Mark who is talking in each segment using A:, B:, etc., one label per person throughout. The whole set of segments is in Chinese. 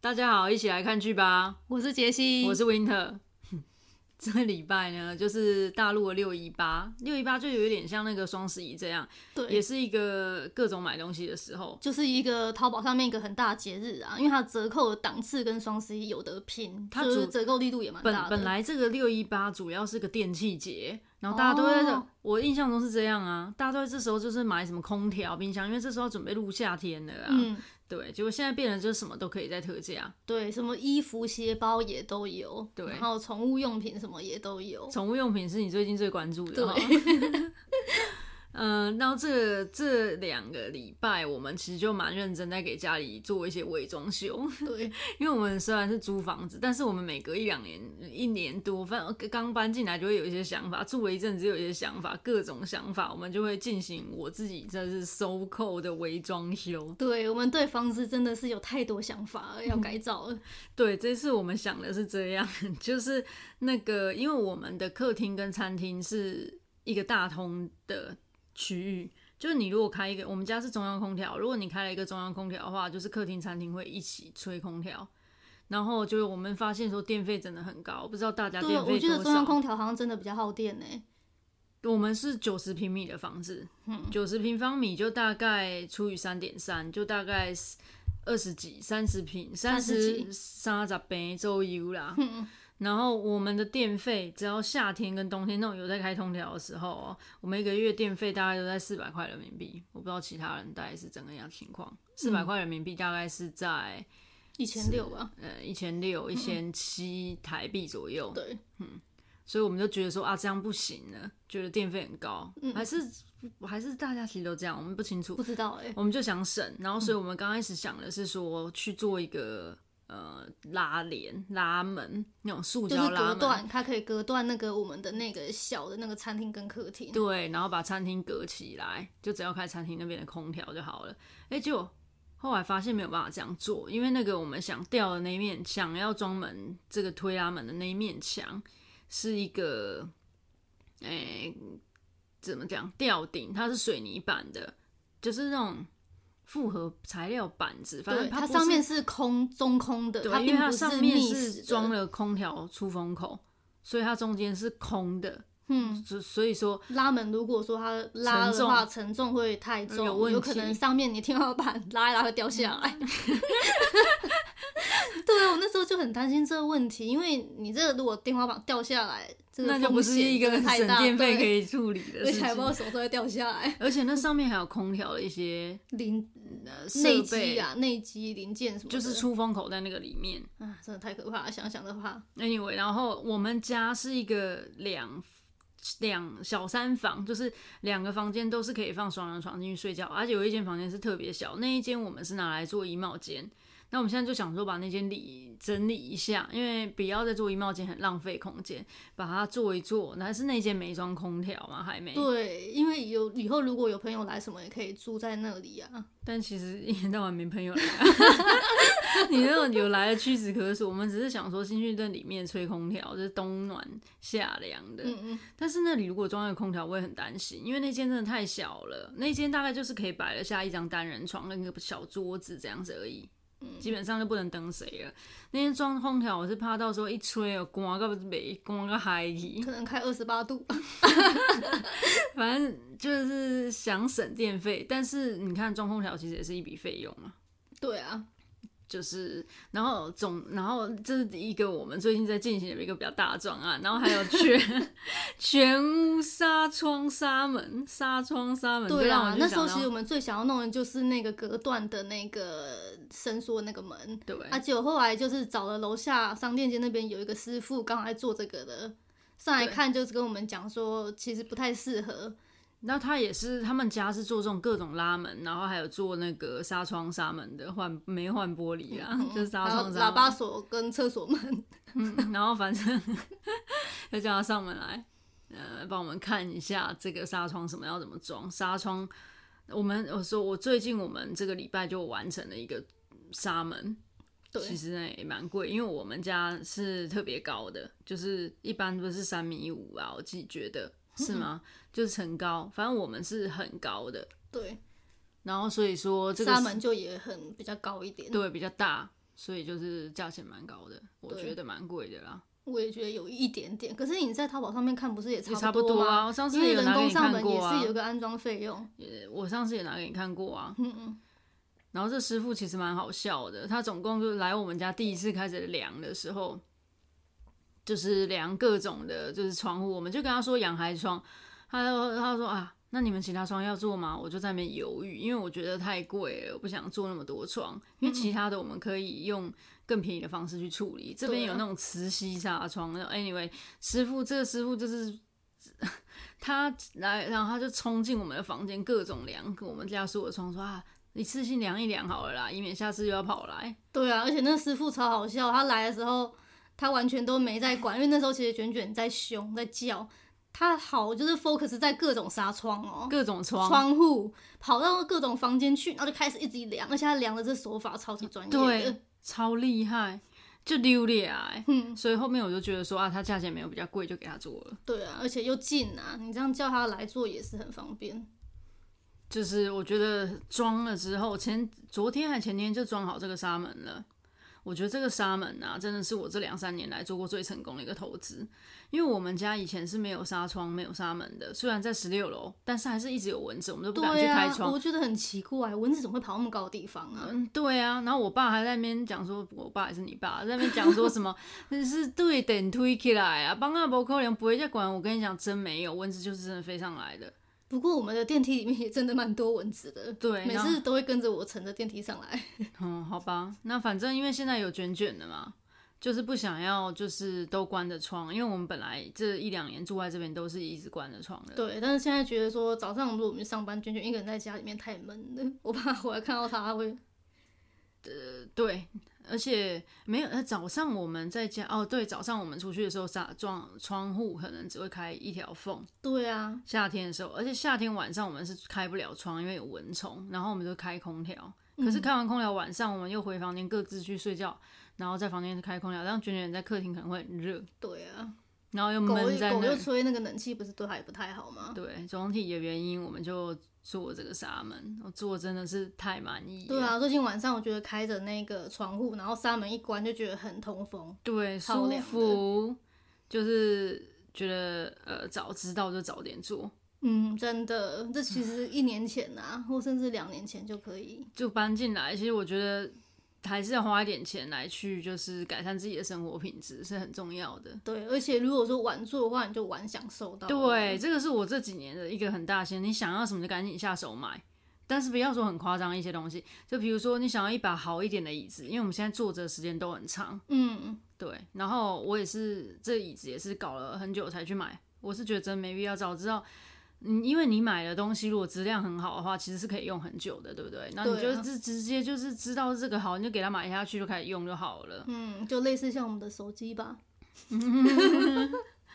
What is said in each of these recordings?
A: 大家好，一起来看剧吧！
B: 我是杰西，
A: 我是 Winter。这个礼拜呢，就是大陆的六一八，六一八就有一点像那个双十一这样，也
B: 对，
A: 是一个各种买东西的时候。
B: 就是一个淘宝上面一个很大的节日啊，因为它的折扣的档次跟双十一有得拼，
A: 它
B: 就是
A: 主
B: 折扣力度也蛮
A: 本
B: 大的。
A: 本来这个六一八主要是个电器节，然后大家都在这、
B: 哦
A: 我印象中是这样啊，大家都在这时候就是买什么空调、冰箱，因为这时候要准备入夏天了啊。
B: 嗯，
A: 对，结果现在变成就是什么都可以在特价，
B: 对，什么衣服、鞋包也都有，
A: 对
B: 然后宠物用品什么也 都有，
A: 宠物用品是你最近最关注的哈。 嗯，然后这这两个礼拜，我们其实就蛮认真在给家里做一些伪装修，
B: 对，
A: 因为我们虽然是租房子，但是我们每隔一两年、一年多，反正刚搬进来就会有一些想法，住了一阵子有一些想法，各种想法，我们就会进行我自己这是收购的伪装修。
B: 对我们对房子真的是有太多想法了要改造
A: 嗯
B: 了。
A: 对，这次我们想的是这样， 就是那个，因为我们的客厅跟餐厅是一个大通的区域，就是你如果开一个，我们家是中央空调，如果你开了一个中央空调的话，就是客厅、餐厅会一起吹空调。然后就是我们发现说电费真的很高，不知道大家
B: 对，
A: 电
B: 啊我
A: 费
B: 觉
A: 多
B: 得中央
A: 少。
B: 空调好像真的比较耗电呢、
A: 我们是九十平米的房子，
B: 嗯
A: 九十平方米就大概除以三点三，就大概二十几、三十平、三
B: 30
A: 十
B: 几
A: 三十平左右啦。
B: 嗯，
A: 然后我们的电费，只要夏天跟冬天那种有在开空调的时候哦，我们一个月电费大概都在四百块人民币。我不知道其他人大概是怎么样情况，四
B: 嗯
A: 百块人民币大概是在
B: 一千六吧。
A: 呃一千六、一千七台币左右。
B: 对，
A: 所以我们就觉得说啊，这样不行了，觉得电费很高，
B: 嗯
A: 还是还是大家其实都这样，我们不清楚
B: 不。知道哎、
A: 我们就想省，然后所以
B: 嗯
A: 我们刚开始想的是说去做一个呃拉帘、拉门那种塑
B: 就是
A: 胶拉
B: 隔
A: 门，
B: 断，它可以隔断那个我们的那个小的那个餐厅跟客厅。
A: 对，然后把餐厅隔起来，就只要开餐厅那边的空调就好了。哎、结果后来发现没有办法这样做，因为那个我们想吊的那一面想要装门这个推拉门的那一面墙是一个，哎、怎么讲吊顶，它是水泥板的，就是那种复合材料板子，反正
B: 对，它
A: 不
B: 上
A: 是
B: 面是空中空的，
A: 对，因
B: 并
A: 为它
B: 不
A: 上面
B: 密
A: 是
B: 实
A: 装
B: 的。
A: 了空调出风口，所以它中间是空的，
B: 嗯，
A: 所所以说
B: 拉门如果说它拉
A: 沉
B: 的
A: 重
B: 话，承重会太重，
A: 有问题嗯
B: 可能上面你天花板 拉一拉会掉下来。 对啊，我那时候就很担心这个问题，因为你这个如果天花板掉下来，这个
A: 那就不是一个
B: 风
A: 省
B: 险真的太大
A: 电费可
B: 对
A: 以处理的
B: 而
A: 事
B: 且还不知道
A: 情。
B: 什么时候会掉下来。
A: 而且那上面还有空调的一些
B: 零
A: 呃
B: 内
A: 设
B: 机
A: 备，
B: 啊，内机零件什么的，
A: 就是出风口在那个里面。
B: 啊，真的太可怕了，想想的话，
A: Anyway，然后我们家是一个两两小三房，就是两个房间都是可以放双人床进去睡觉，而且有一间房间是特别小，那一间我们是拿来做衣帽间。那我们现在就想说把那间理整理一下，因为不要再做衣帽间很浪费空间，把它做一做。还是那间没装空调嘛，还没。
B: 对，因为有以后如果有朋友来什么，也可以住在那里啊。
A: 但其实一天到晚没朋友来、啊， 你那种有来的屈指可数。我们只是想说新训镇里面吹空调，就是冬暖夏凉的。
B: 嗯嗯，
A: 但是那里如果装了空调，我也很担心，因为那间真的太小了，那间大概就是可以摆得下一张单人床跟一个小桌子这样子而已。基本上就不能等谁了。那天装空调，我是怕到时候一吹哦，刮个没刮个嗨去。
B: 可能开二十八度，
A: 反正就是想省电费，但是你看装空调其实也是一笔费用嘛。
B: 对啊，
A: 就是，然后总，然后这是一个我们最近在进行的一个比较大的专案，然后还有 全全屋纱窗、纱门、纱窗、纱门，
B: 对
A: 这让
B: 啊
A: 我。就
B: 那时候
A: 想
B: 其实
A: 到
B: 我们最想要弄的就是那个隔断的那个伸缩那个门，
A: 对，
B: 啊，结果后来就是找了楼下商店街那边有一个师傅，刚好在做这个的。上来
A: 对
B: 看就是跟我们讲说，其实不太适合，
A: 那他也是他们家是做这种各种拉门，然后还有做那个纱窗、纱门的换没换玻璃啊， 就是纱
B: 然后
A: 窗、纱
B: 嗯喇叭
A: 门，
B: 锁跟厕所门，
A: 嗯，然后反正 就叫他上门来，呃，帮我们看一下这个纱窗什么要怎么装，纱窗。我们我说我最近我们这个礼拜就完成了一个纱门，
B: 对
A: 其实呢也蛮贵，因为我们家是特别高的，就是一般都是三米五啊，我自己觉得是
B: 嗯
A: 吗？就是很高，反正我们是很高的，
B: 对，
A: 然后所以说这个
B: 纱门就也很比较高一点，
A: 对比较大，所以就是价钱蛮高的，我
B: 对
A: 觉得蛮贵的啦，
B: 我也觉得有一点点。可是你在淘宝上面看，不是也
A: 也差
B: 不
A: 多
B: 吗？
A: 啊。我上次
B: 因
A: 也
B: 为
A: 有
B: 人
A: 拿给
B: 工
A: 你
B: 上
A: 看
B: 本
A: 过
B: 也
A: 啊
B: 是有，一个安装费用，
A: 也我上次也拿给你看过啊。
B: 嗯嗯，
A: 然后这师傅其实蛮好笑的，他总共就是来我们家第一次开始量的时候，就是量各种的，就是窗户，我们就跟他说阳台窗，他就他就说啊，那你们其他窗要做吗？我就在那边犹豫，因为我觉得太贵了，我不想做那么多窗，因为其他的我们可以用更便宜的方式去处理。这边有那种磁吸纱窗那种，anyway，师傅这个师傅就是。他来，然后他就冲进我们的房间，各种量我们家所有的窗，说啊，一次性量一量好了啦，以免下次又要跑来。
B: 对啊，而且那个师傅超好笑，他来的时候他完全都没在管，因为那时候其实卷卷在凶在叫，他好就是 focus 在各种纱窗哦、
A: 各种窗，
B: 窗户，跑到各种房间去，然后就开始一直量，而且他量的这手法超级专业的
A: 对，，超厉害，就溜脸、
B: 嗯，
A: 所以后面我就觉得说啊，他价钱没有比较贵，就给他做了。
B: 对啊，而且又近啊，你这样叫他来做也是很方便。
A: 就是我觉得装了之后，前昨天还前天就装好这个纱门了。我觉得这个纱门啊，真的是我这两三年来做过最成功的一个投资，因为我们家以前是没有纱窗、没有纱门的，虽然在十六楼，但是还是一直有蚊子，我们都不敢去
B: 对
A: 开
B: 啊，
A: 窗。
B: 我觉得很奇怪，蚊子怎么会跑那么高的地方啊？
A: 嗯，对啊，然后我爸还在那边讲说，我爸还是你爸，在那边讲说什 么，那是对等推起来啊，帮阿伯扣连不会再管。我跟你讲，真没有，蚊子就是真的飞上来的。
B: 不过我们的电梯里面也真的蛮多蚊子的，
A: 对
B: 每
A: 然后
B: 次都会跟着我乘着电梯上来。
A: 嗯，好吧，那反正因为现在有卷卷的嘛，就是不想要就是都关着窗，因为我们本来这一两年住在这边都是一直关着窗的。
B: 对，但是现在觉得说早上如果我们去上班，娟娟一个人在家里面太闷了，我怕回来看到她会。
A: 对，而且没有。呃，早上我们在家哦，对，早上我们出去的时候，纱窗窗户可能只会开一条缝。
B: 对啊，
A: 夏天的时候，而且夏天晚上我们是开不了窗，因为有蚊虫，然后我们就开空调。可是开完空调，晚上我们又回房间各自去睡觉，然后在房间开空调，让卷卷在客厅可能会很热，
B: 对啊，
A: 然后又
B: 狗
A: 闷在
B: 狗
A: 那
B: 又。吹那个冷气，不是对它也不太好吗？
A: 对，总体的原因，我们就做这个纱门，我做真的是太满意了。
B: 对啊，最近晚上我觉得开着那个窗户，然后纱门一关就觉得很通风。
A: 对，
B: 超
A: 舒
B: 凉的
A: 服，就是觉得呃，早知道就早点做。
B: 嗯，真的，这其实一年前啊，或甚至两年前就可以。
A: 就搬进来，其实我觉得还是要花一点钱来去，就是改善自己的生活品质是很重要的。
B: 对，而且如果说晚做的话，你就晚享受到。
A: 对，，这个是我这几年的一个很大心，你想要什么就赶紧下手买。但是不要说很夸张一些东西，就比如说你想要一把好一点的椅子，因为我们现在坐着的时间都很长，
B: 嗯，
A: 对。然后我也是这椅子也是搞了很久才去买，我是觉得真没必要，早知道，嗯，因为你买的东西如果质量很好的话，其实是可以用很久的，对不对？那你
B: 对
A: 就
B: 啊
A: 直直接就是知道这个好，你就给它买下去就开始用就好了。
B: 嗯，就类似像我们的手机吧。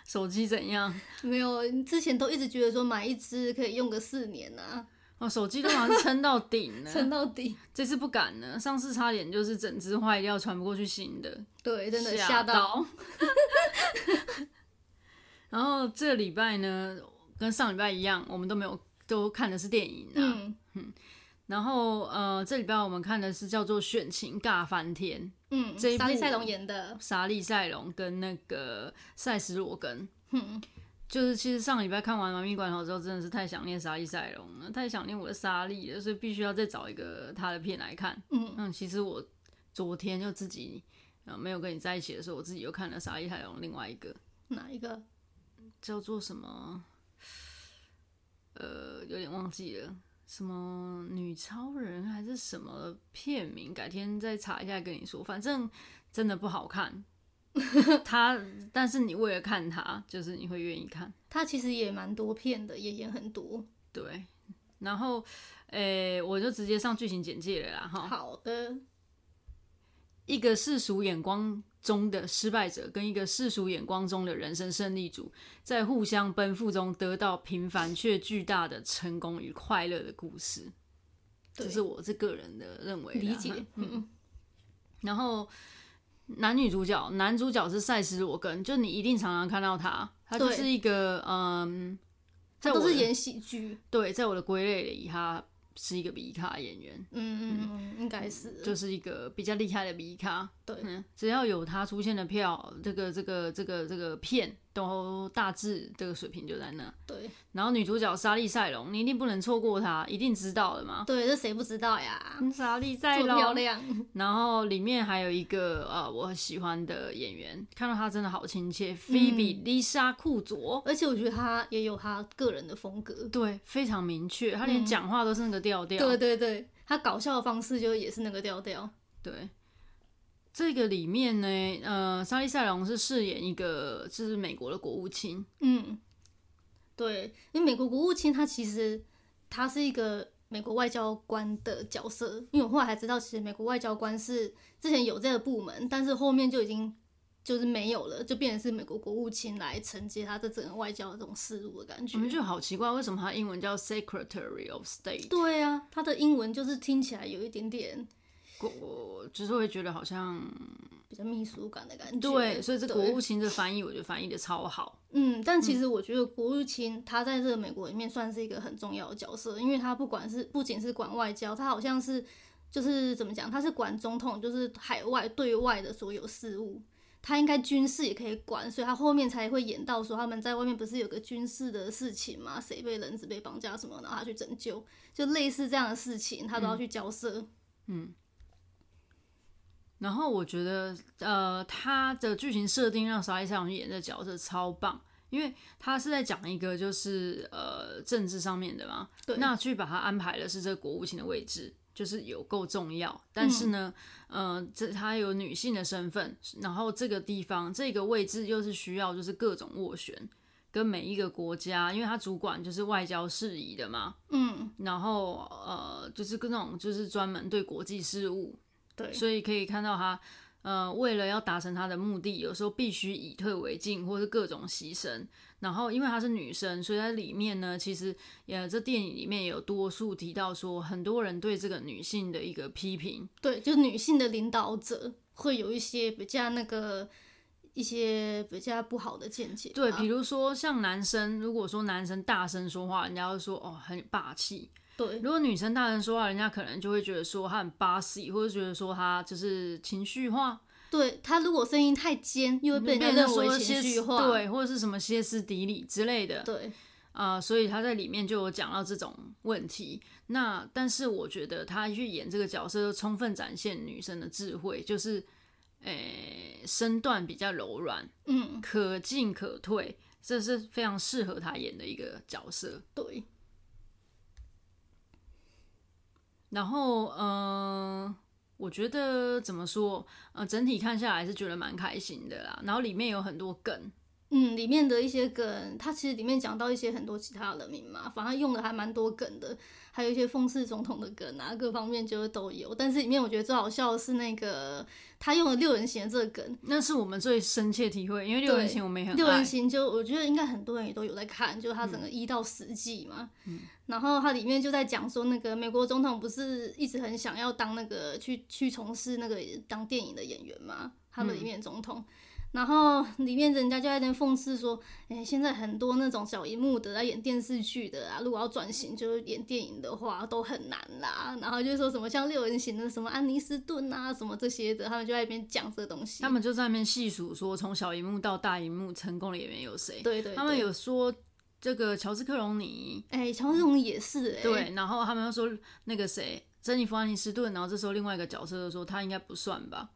A: 手机怎样？
B: 没有，之前都一直觉得说买一只可以用个四年啊，
A: 哦，手机都好像撑到顶了，
B: 撑到底。
A: 这次不敢了，上次差点就是整只坏掉，传不过去新的，
B: 对，真的
A: 吓
B: 吓到。。
A: 然后这礼拜呢，跟上礼拜一样，我们都没有都看的是电影啊。
B: 嗯
A: 然后呃，这礼拜我们看的是叫做《选情尬翻天
B: 嗯，
A: 这一
B: 莎莉
A: 部
B: 赛龙演的》，，
A: 莎莉赛隆跟那个塞斯罗根。
B: 嗯，
A: 就是其实上礼拜看完《玩命关头》之后，真的是太想念莎莉赛隆了，太想念我的莎莉了，所以必须要再找一个她的片来看。
B: 嗯
A: 嗯，其实我昨天就自己呃没有跟你在一起的时候，我自己又看了莎莉海龙另外一个
B: 哪一个？
A: 叫做什么，呃，有点忘记了，什么女超人还是什么片名，改天再查一下跟你说。反正真的不好看， 他但是你为了看他，就是你会愿意看。
B: 他其实也蛮多片的，也演很多。
A: 对，然后，诶、我就直接上剧情简介了啦，哈。
B: 好的，
A: 一个世俗眼光中的失败者，跟一个世俗眼光中的人生胜利组，在互相奔赴中得到平凡却巨大的成功与快乐的故事。
B: 对
A: 这是啊我这个人的认为啦
B: 理解。嗯，
A: 然后男女主角，男主角是塞斯罗根，就你一定常常看到他，他就
B: 对
A: 是一个嗯，在
B: 他
A: 我
B: 都
A: 的
B: 是演喜剧。
A: 对，在我的归类里，他是一个 B 咖演员，
B: 嗯嗯嗯，应该是
A: 就是一个比较厉害的 B 咖。
B: 对
A: 嗯，只要有他出现的票，这个这个这个这个片都大致这个水平就在那。
B: 对
A: 然后女主角莎莉赛隆，你一定不能错过她，一定知道的嘛。
B: 对，这谁不知道呀？
A: 莎莉赛
B: 做漂
A: 隆，
B: 亮，
A: 然后里面还有一个呃我很喜欢的演员，看到她真的好亲切，菲比
B: 嗯
A: 丽莎库佐。
B: 而且我觉得他也有他个人的风格。
A: 对，非常明确，她连讲话都是那个调调。
B: 嗯对对对，他搞笑的方式就也是那个调调。
A: 对，这个里面呢，呃，莎莉赛隆是饰演一个就是美国的国务卿，
B: 嗯，对，因为美国国务卿他其实他是一个美国外交官的角色，因为我后来才知道，其实美国外交官是之前有这个部门，但是后面就已经就是没有了，就变成是美国国务卿来承接他这整个外交的这种事务的感觉
A: 我。们就好奇怪，为什么他英文叫 Secretary of State？
B: 对啊，他的英文就是听起来有一点点
A: 国就是会觉得好像
B: 比较秘书感的感觉。
A: 对，所以这
B: 对
A: 国务卿的翻译，我觉得翻译的超好。
B: 嗯，但其实我觉得国务卿他在这个美国里面算是一个很重要的角色，因为他不管是不仅是管外交，他好像是就是怎么讲，他是管总统，就是海外对外的所有事务，他应该军事也可以管，所以他后面才会演到说他们在外面不是有个军事的事情嘛，谁被人质被绑架什么，然后他去拯救，就类似这样的事情，他都要去交涉。
A: 然后我觉得，呃，他的剧情设定让莎莉·塞隆去演这角色超棒，因为他是在讲一个就是呃政治上面的嘛，
B: 对
A: 那去把他安排的是这个国务卿的位置，就是有够重要。但是呢，呃，这他有女性的身份，然后这个地方这个位置又是需要就是各种斡旋，跟每一个国家，因为他主管就是外交事宜的嘛，
B: 嗯，
A: 然后呃，就是跟那种就是专门对国际事务
B: 对，
A: 所以可以看到他，呃，为了要达成他的目的，有时候必须以退为进，或是各种牺牲。然后，因为她是女生，所以在里面呢，其实呃，这电影里面也有多数提到说，很多人对这个女性的一个批评，
B: 对，就女性的领导者会有一些比较那个一些比较不好的见解吧。
A: 对，比如说像男生，如果说男生大声说话，人家会说哦很霸气；
B: 对
A: 如果女生大声说话，人家可能就会觉得说她很巴西，或者觉得说她就是情绪化，
B: 对，他如果声音太尖，又会被人
A: 变
B: 家
A: 成
B: 认为
A: 说
B: 情
A: 歇
B: 绪
A: 斯
B: 化。
A: 对，或者是什么歇斯底里之类的。
B: 对
A: 啊、所以他在里面就有讲到这种问题。那但是我觉得他去演这个角色，就充分展现女生的智慧，就是，诶、身段比较柔软，
B: 嗯，
A: 可进可退，这是非常适合他演的一个角色。
B: 对，
A: 然后，嗯、我觉得怎么说，呃，整体看下来是觉得蛮开心的啦。然后里面有很多梗，
B: 嗯，里面的一些梗，他其实里面讲到一些很多其他人名嘛，反正用的还蛮多梗的，还有一些讽刺总统的梗啊，各方面就是都有。但是里面我觉得最好笑的是那个他用了六人行的这个梗，
A: 那是我们最深切体会，因为六人行我们也很
B: 六人
A: 爱。嗯
B: 行就我觉得应该很多人也都有在看，就是它整个一到十季嘛。然后它里面就在讲说，那个美国总统不是一直很想要当那个去去从事那个当电影的演员嘛？他
A: 嗯
B: 们里面的总统。然后里面人家就在那边讽刺说，哎、现在很多那种小荧幕的在演电视剧的啊，如果要转型就是演电影的话都很难啦。然后就说什么像六人行的什么安妮斯顿啊，什么这些的，他们就在那边讲这个东西。
A: 他们就在那边细数说，从小荧幕到大荧幕成功的演员有谁？
B: 对对对，
A: 他们有说这个乔治克隆尼，
B: 哎、乔治克隆尼也是哎、
A: 对，然后他们又说那个谁珍妮弗安妮斯顿，然后这时候另外一个角色就说他应该不算吧，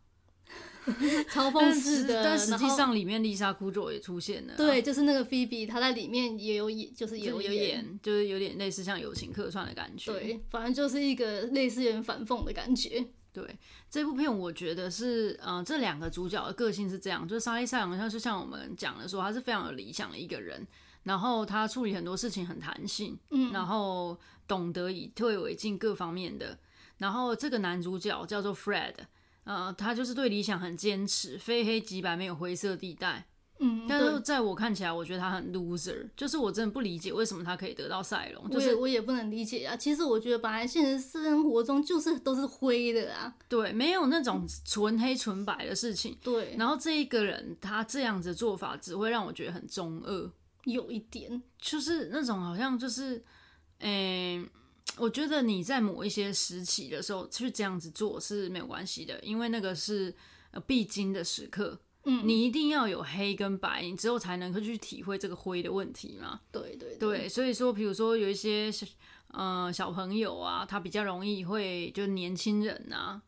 B: 嘲讽
A: 但
B: 式
A: 实
B: 的，
A: 但实际
B: 然后
A: 上里面丽莎库佐也出现了啊、
B: 对，就是那个菲比，她在里面也有演，就是
A: 就
B: 有
A: 是有演就是有点类似像友情客串的感觉，
B: 对，反正就是一个类似有点反讽的感觉。
A: 对这部片，我觉得是，呃，这两个主角的个性是这样，就是莎莉·塞隆，像就像我们讲的说，他是非常有理想的一个人，然后他处理很多事情很弹性，嗯，然后懂得以退为进各方面的。然后这个男主角叫做 Fred，呃，他就是对理想很坚持，非黑即白，没有灰色地带。
B: 嗯，
A: 但是
B: 对，
A: 在我看起来，我觉得他很 loser，就是我真的不理解为什么他可以得到赛隆，就
B: 我也
A: 是
B: 我也不能理解啊。其实我觉得，本来现实生活中就是都是灰的啊。
A: 对没有那种纯黑纯白的事情。
B: 对，
A: 然后这一个人他这样子的做法，只会让我觉得很中二，
B: 有一点，
A: 就是那种好像就是，诶、我觉得你在某一些时期的时候去这样子做是没有关系的，因为那个是呃必经的时刻。
B: 嗯，
A: 你一定要有黑跟白，你之后才能够去体会这个灰的问题嘛。
B: 对对
A: 对，所以说，比如说有一些小呃小朋友啊，他比较容易会就是年轻人啊，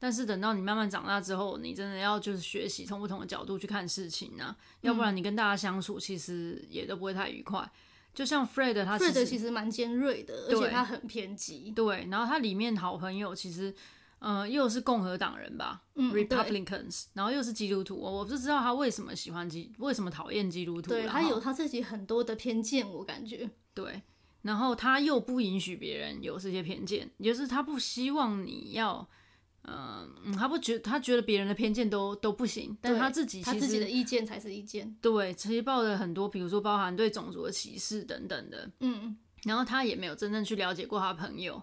A: 但是等到你慢慢长大之后，你真的要就是学习从不同的角度去看事情啊，要不
B: 嗯
A: 然你跟大家相处其实也都不会太愉快。就像 Fred 他
B: f
A: 其
B: r e
A: 实
B: d 其实蛮尖锐的，而
A: 对
B: 且他很偏激。
A: 对，然后他里面好朋友其实，呃，又是共和党人吧、
B: 嗯，
A: r e
B: 对
A: p u b l i c a n s 然后又是基督徒，我我不知道他为什么喜欢基，为什么讨厌基督徒啦，
B: 对他
A: 哈
B: 有他自己很多的偏见，我感觉。
A: 对，然后他又不允许别人有这些偏见，也就是他不希望你要，呃嗯，他不觉他觉得别人的偏见都都不行，但
B: 对
A: 他自己
B: 他
A: 其
B: 自己的
A: 实
B: 意见才是意见。
A: 对，其实抱着很多，比如说包含对种族的歧视等等的，
B: 嗯，
A: 然后他也没有真正去了解过他朋友，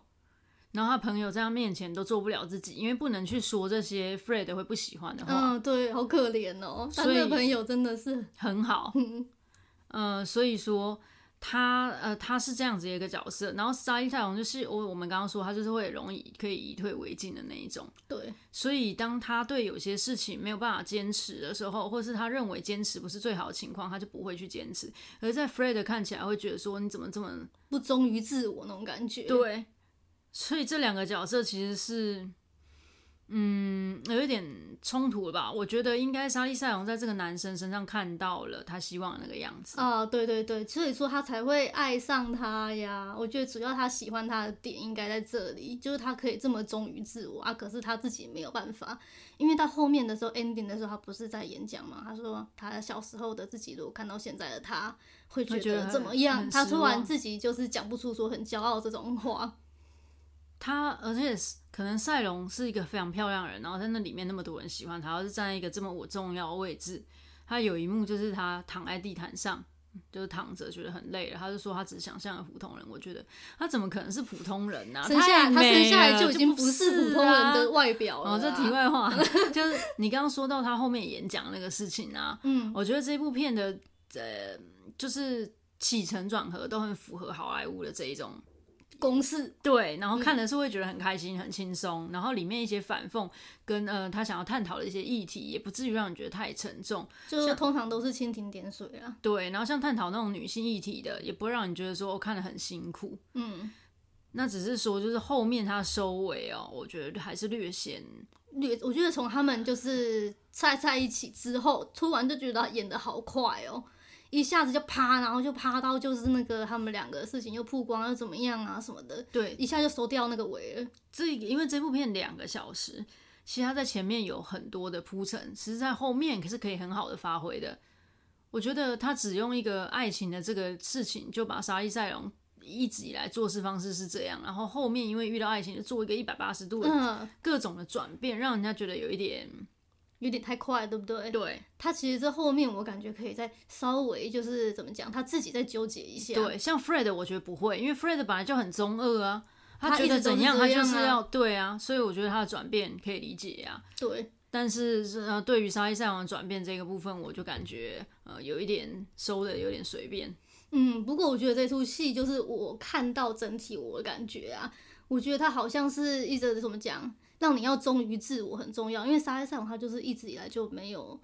A: 然后他朋友在他面前都做不了自己，因为不能去说这些 Fred 会不喜欢的话，
B: 嗯，对，好可怜哦。但
A: 所以
B: 这个朋友真的是，
A: 很好，
B: 嗯
A: 呃，所以说他呃他是这样子的一个角色，然后沙利泰龙就是我我们刚刚说他就是会容易可以以退为进的那一种，
B: 对，
A: 所以当他对有些事情没有办法坚持的时候，或是他认为坚持不是最好的情况，他就不会去坚持，而在 Fred 看起来会觉得说你怎么这么
B: 不忠于自我那种感觉。，
A: 对，所以这两个角色其实是，嗯，有一点冲突了吧？我觉得应该莎莉赛隆在这个男生身上看到了他希望的那个样子。
B: 啊，对对对，所以说他才会爱上他呀。我觉得主要他喜欢他的点应该在这里，就是他可以这么忠于自我啊，可是他自己没有办法，因为到后面的时候 ending 的时候，他不是在演讲嘛，他说他小时候的自己，如果看到现在的他，会
A: 会
B: 觉
A: 觉得
B: 得怎么
A: 很
B: 样？
A: 很
B: 他
A: 失
B: 突然
A: 望
B: 自己就是讲不出说很骄傲这种话。
A: 他而且是可能赛隆是一个非常漂亮的人，然后在那里面那么多人喜欢他，要是站在一个这么我重要的位置，他有一幕就是他躺在地毯上。 就是躺着觉得很累了，他就说他只想像个普通人。我觉得他怎么可能是普通人呢、啊？
B: 生下来，他
A: 太
B: 生
A: 美
B: 下来
A: 了
B: 就已经
A: 不
B: 不是普通人
A: 啊
B: 的外表了、
A: 哦，这题，外话 就是你刚刚说到他后面演讲那个事情啊，
B: 嗯，
A: 我觉得这部片的呃，就是起承转合都很符合好莱坞的这一种
B: 公式，
A: 对，然后看的是会觉得很开心、很轻松，然后里面一些反讽跟呃他想要探讨的一些议题，也不至于让你觉得太沉重。
B: 就是通常都是蜻蜓点水啊，
A: 对，然后像探讨那种女性议题的，也不会让你觉得说、哦、看得很辛苦。
B: 嗯。
A: 那只是说，就是后面他收尾哦，我觉得还是略显
B: 略，我觉得从他们就是在在一起之后，突然就觉得演的好快哦，一下子就啪，然后就啪到就是那个他们两个事情又曝光又怎么样啊什么的，
A: 对
B: 一下就收掉那个尾了。
A: 这因为这部片两个小时，其实它在前面有很多的铺陈，其实在后面可是可以很好的发挥的。我觉得他只用一个爱情的这个事情，就把沙利塞隆一直以来做事方式是这样，然后后面因为遇到爱情，就做一个一百八十度的
B: 嗯，
A: 各种的转变，让人家觉得有一点
B: 有点太快了，对不对？
A: 对
B: 他其实这后面我感觉可以再稍微就是怎么讲，他自己再纠结一下。
A: 对，像 Fred 我觉得不会，因为 Fred 本来就很中二啊，他
B: 他
A: 觉
B: 一
A: 得
B: 直都是
A: 怎样
B: 这
A: 他就
B: 样
A: 是
B: 啊
A: 要对啊，所以我觉得他的转变可以理解啊。
B: 对
A: 但是是呃，对于沙溢赛王转变这个部分，我就感觉呃有一点收的有点随便。
B: 嗯，不过我觉得这出戏就是我看到整体我的感觉啊，我觉得他好像是一直怎么讲，让你要忠于自我很重要，因为沙耶赛王他就是一直以来就没有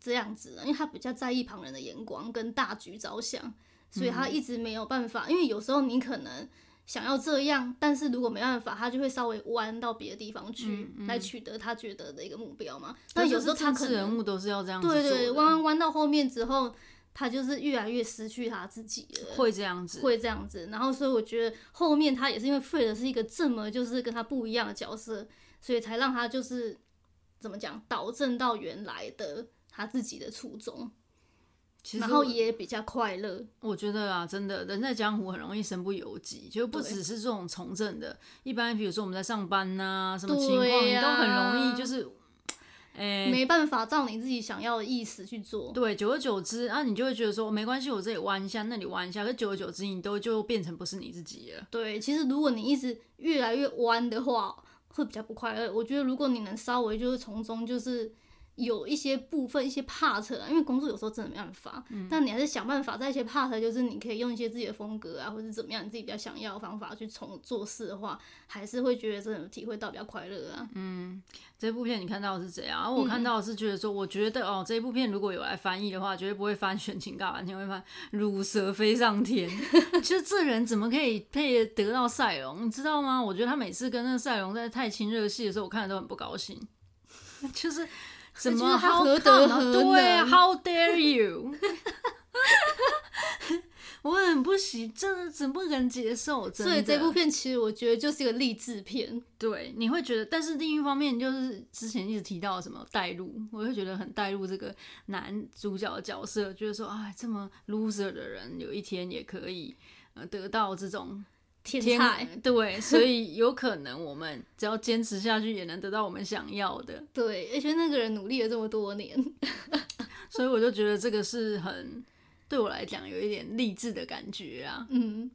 B: 这样子啊，因为他比较在意旁人的眼光跟大局着想，所以他
A: 嗯
B: 一直没有办法，因为有时候你可能。想要这样，但是如果没办法，他就会稍微弯到别的地方去，
A: 嗯
B: 来取得他觉得的一个目标嘛。但有时候他
A: 政
B: 可
A: 治
B: 能
A: 人物都是要这样子做
B: 对
A: 的，
B: 对，弯弯弯到后面之后，他就是越来越失去他自己了，
A: 会这样子。
B: 会这样子。然后，所以我觉得后面他也是因为 Fred 是一个这么就是跟他不一样的角色，所以才让他就是怎么讲导正到原来的他自己的初衷，
A: 其实
B: 然后
A: 我
B: 也比较快乐。
A: 我觉得啊，真的人在江湖很容易身不由己，就不
B: 对
A: 只是这种从政的，一般比如说我们在上班呐、什么
B: 对
A: 情况，你都很容
B: 呀
A: 易就是，哎、
B: 没办法照你自己想要的意思去做，
A: 对，久而久之啊，你就会觉得说没关系，我这里弯一下，那里弯一下，可久而久之，你都就变成不是你自己了。
B: 对，其实如果你一直越来越弯的话，会比较不快乐。我觉得如果你能稍微就是从中就是有一些部分一些 part，啊因为工作有时候真的没办法，
A: 嗯
B: 但你还是想办法在一些 part，就是你可以用一些自己的风格啊，或者怎么样你自己比较想要的方法去从做事的话，还是会觉得真的有体会到比较快乐啊。
A: 嗯这部片你看到的是怎样？然
B: 嗯
A: 后我看到的是觉得说，我觉得哦，这部片如果有来翻译的话，绝对不会翻《选情大半天》，会翻《乳蛇飞上天》。 就这人怎么可以配得到赛龙？你知道吗？我觉得他每次跟那个赛龙在太亲热戏的时候，我看着都很不高兴。 就是怎
B: 觉
A: 么
B: 得他
A: how
B: 何
A: come
B: 德
A: 啊
B: 何
A: 对啊
B: 能
A: ，How dare you？我很不喜，这怎么能接受？真的
B: 所以这部片其实我觉得就是一个励志片，
A: 对，你会觉得，但是另一方面就是之前一直提到的什么带入，我会觉得很带入这个男主角的角色，就是说，哎，这么 loser 的人，有一天也可以呃得到这种
B: 天
A: 天
B: 才，
A: 对，所以有可能我们只要坚持下去，也能得到我们想要的。
B: 对，而且那个人努力了这么多年，
A: 所以我就觉得这个是很对我来讲有一点励志的感觉啊，
B: 嗯。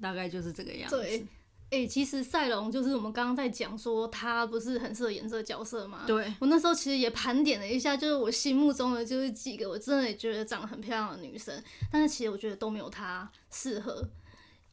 A: 大概就是这个样子。
B: 对哎、其实赛龙就是我们刚刚在讲说他不是很适合演这个角色吗？
A: 对
B: 我那时候其实也盘点了一下，就是我心目中的就是几个我真的也觉得长得很漂亮的女生，但是其实我觉得都没有她适合。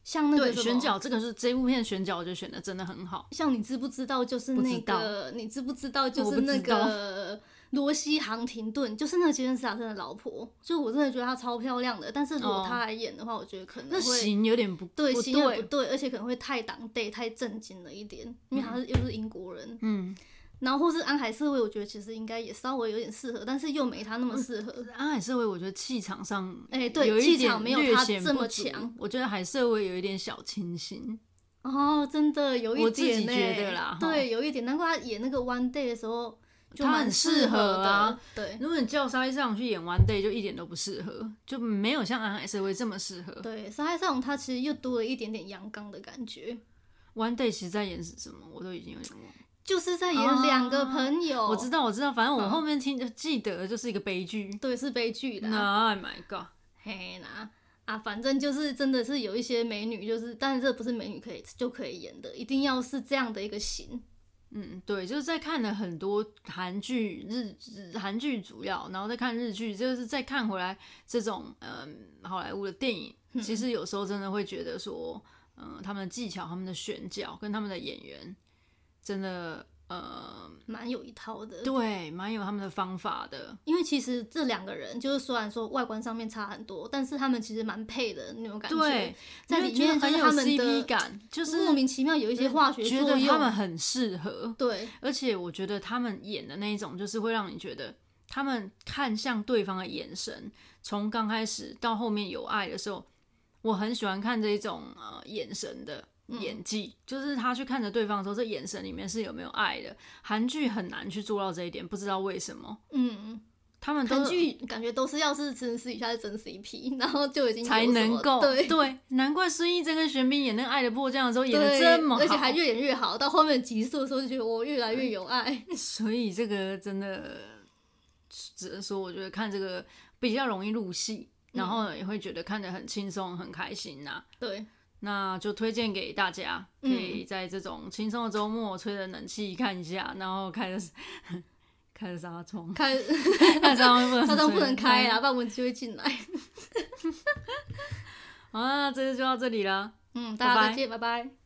B: 像那个
A: 对，
B: 什么
A: 选角这个是这部片选角，我觉得选的真的很好。
B: 像你知不知道就是那
A: 不
B: 个你知不知道就
A: 我
B: 是
A: 不
B: 那
A: 知道
B: 个罗西航廷顿，就是那个杰森斯坦森的老婆，就我真的觉得她超漂亮的，但是如果
A: 哦
B: 她来演的话，我觉得可能
A: 那
B: 会
A: 型有点不
B: 对，
A: 不
B: 形象
A: 对
B: 不对，而且可能会太党 day 太正经了一点，因为他是又是英国人，
A: 嗯，
B: 然后或是安海瑟薇，我觉得其实应该也稍微有点适合，但是又没他那么适合。
A: 安海瑟薇，我觉得气场上，
B: 哎对
A: 嗯有一
B: 气
A: 点
B: 场没有
A: 略
B: 她
A: 显
B: 这
A: 不
B: 么
A: 足
B: 强。
A: 我觉得海瑟薇有一点小清新，
B: 哦，真的有一
A: 我自己
B: 点、欸，
A: 觉得啦哈
B: 对，有一点，难怪他演那个 One Day 的时候就
A: 她
B: 蛮
A: 很
B: 适
A: 适合
B: 的
A: 啊。
B: 对
A: 如果你叫沙溢上去演《One Day》，就一点都不适合，就没有像安海瑟薇这么适合。
B: 对，沙海上他其实又多了一点点阳刚的感觉，
A: One Day 其实在演什么，我都已经有点忘了。
B: 就是在演两个
A: 啊
B: 朋友，
A: 我知道，我知道，反正我后面听记得就是一个悲剧。
B: 对，是悲剧的、
A: 那 My God，
B: 嘿啦，啊，反正就是真的是有一些美女，就是但是这不是美女可以就可以演的，一定要是这样的一个型。
A: 嗯，对，就是在看了很多韩剧、日日韩剧主要，然后再看日剧，就是再看回来这种嗯好莱坞的电影，
B: 嗯
A: 其实有时候真的会觉得说，嗯、他们的技巧、他们的选角跟他们的演员，真的呃，
B: 蛮有一套的，
A: 对，蛮有他们的方法的。
B: 因为其实这两个人就是虽然说外观上面差很多，但是他们其实蛮配的那种感觉，
A: 对，
B: 在
A: 你会
B: 里
A: 觉得
B: 面就
A: 很
B: 是
A: 有
B: 他们的
A: CP 感，就是嗯
B: 莫名其妙有一些化学
A: 觉
B: 作
A: 得他们
B: 用，
A: 很适合。
B: 对，
A: 而且我觉得他们演的那一种，就是会让你觉得他们看向对方的眼神，从刚开始到后面有爱的时候，我很喜欢看这一种呃眼神的
B: 嗯
A: 演技，就是他去看着对方的时候，这眼神里面是有没有爱的。韩剧很难去做到这一点，不知道为什么，
B: 嗯，
A: 他们
B: 韩
A: 都
B: 剧感觉都是要是真私底下是真 CP，然后就已经有
A: 才
B: 什
A: 能
B: 么
A: 够
B: 对。
A: 难怪孙艺珍跟玄彬演那个《爱的迫降》的时候演的
B: 对
A: 这么好，
B: 而且还越演越好，到后面集数的时候就觉得我越来越有爱。
A: 所以这个真的只能说，我觉得看这个比较容易入戏，然
B: 嗯
A: 后也会觉得看得很轻松、很开心呐、
B: 对，
A: 那就推荐给大家，可
B: 嗯
A: 以在这种轻松的周末吹着冷气看一下，然后开着 开着纱 窗，
B: 看
A: 开着纱窗不 能
B: 纱窗不
A: 吹
B: 能开啊啦，不然蚊子就会进来。
A: 啊好，那这次就到这里了。
B: 嗯，大家
A: 拜
B: 再
A: 拜
B: 见，拜拜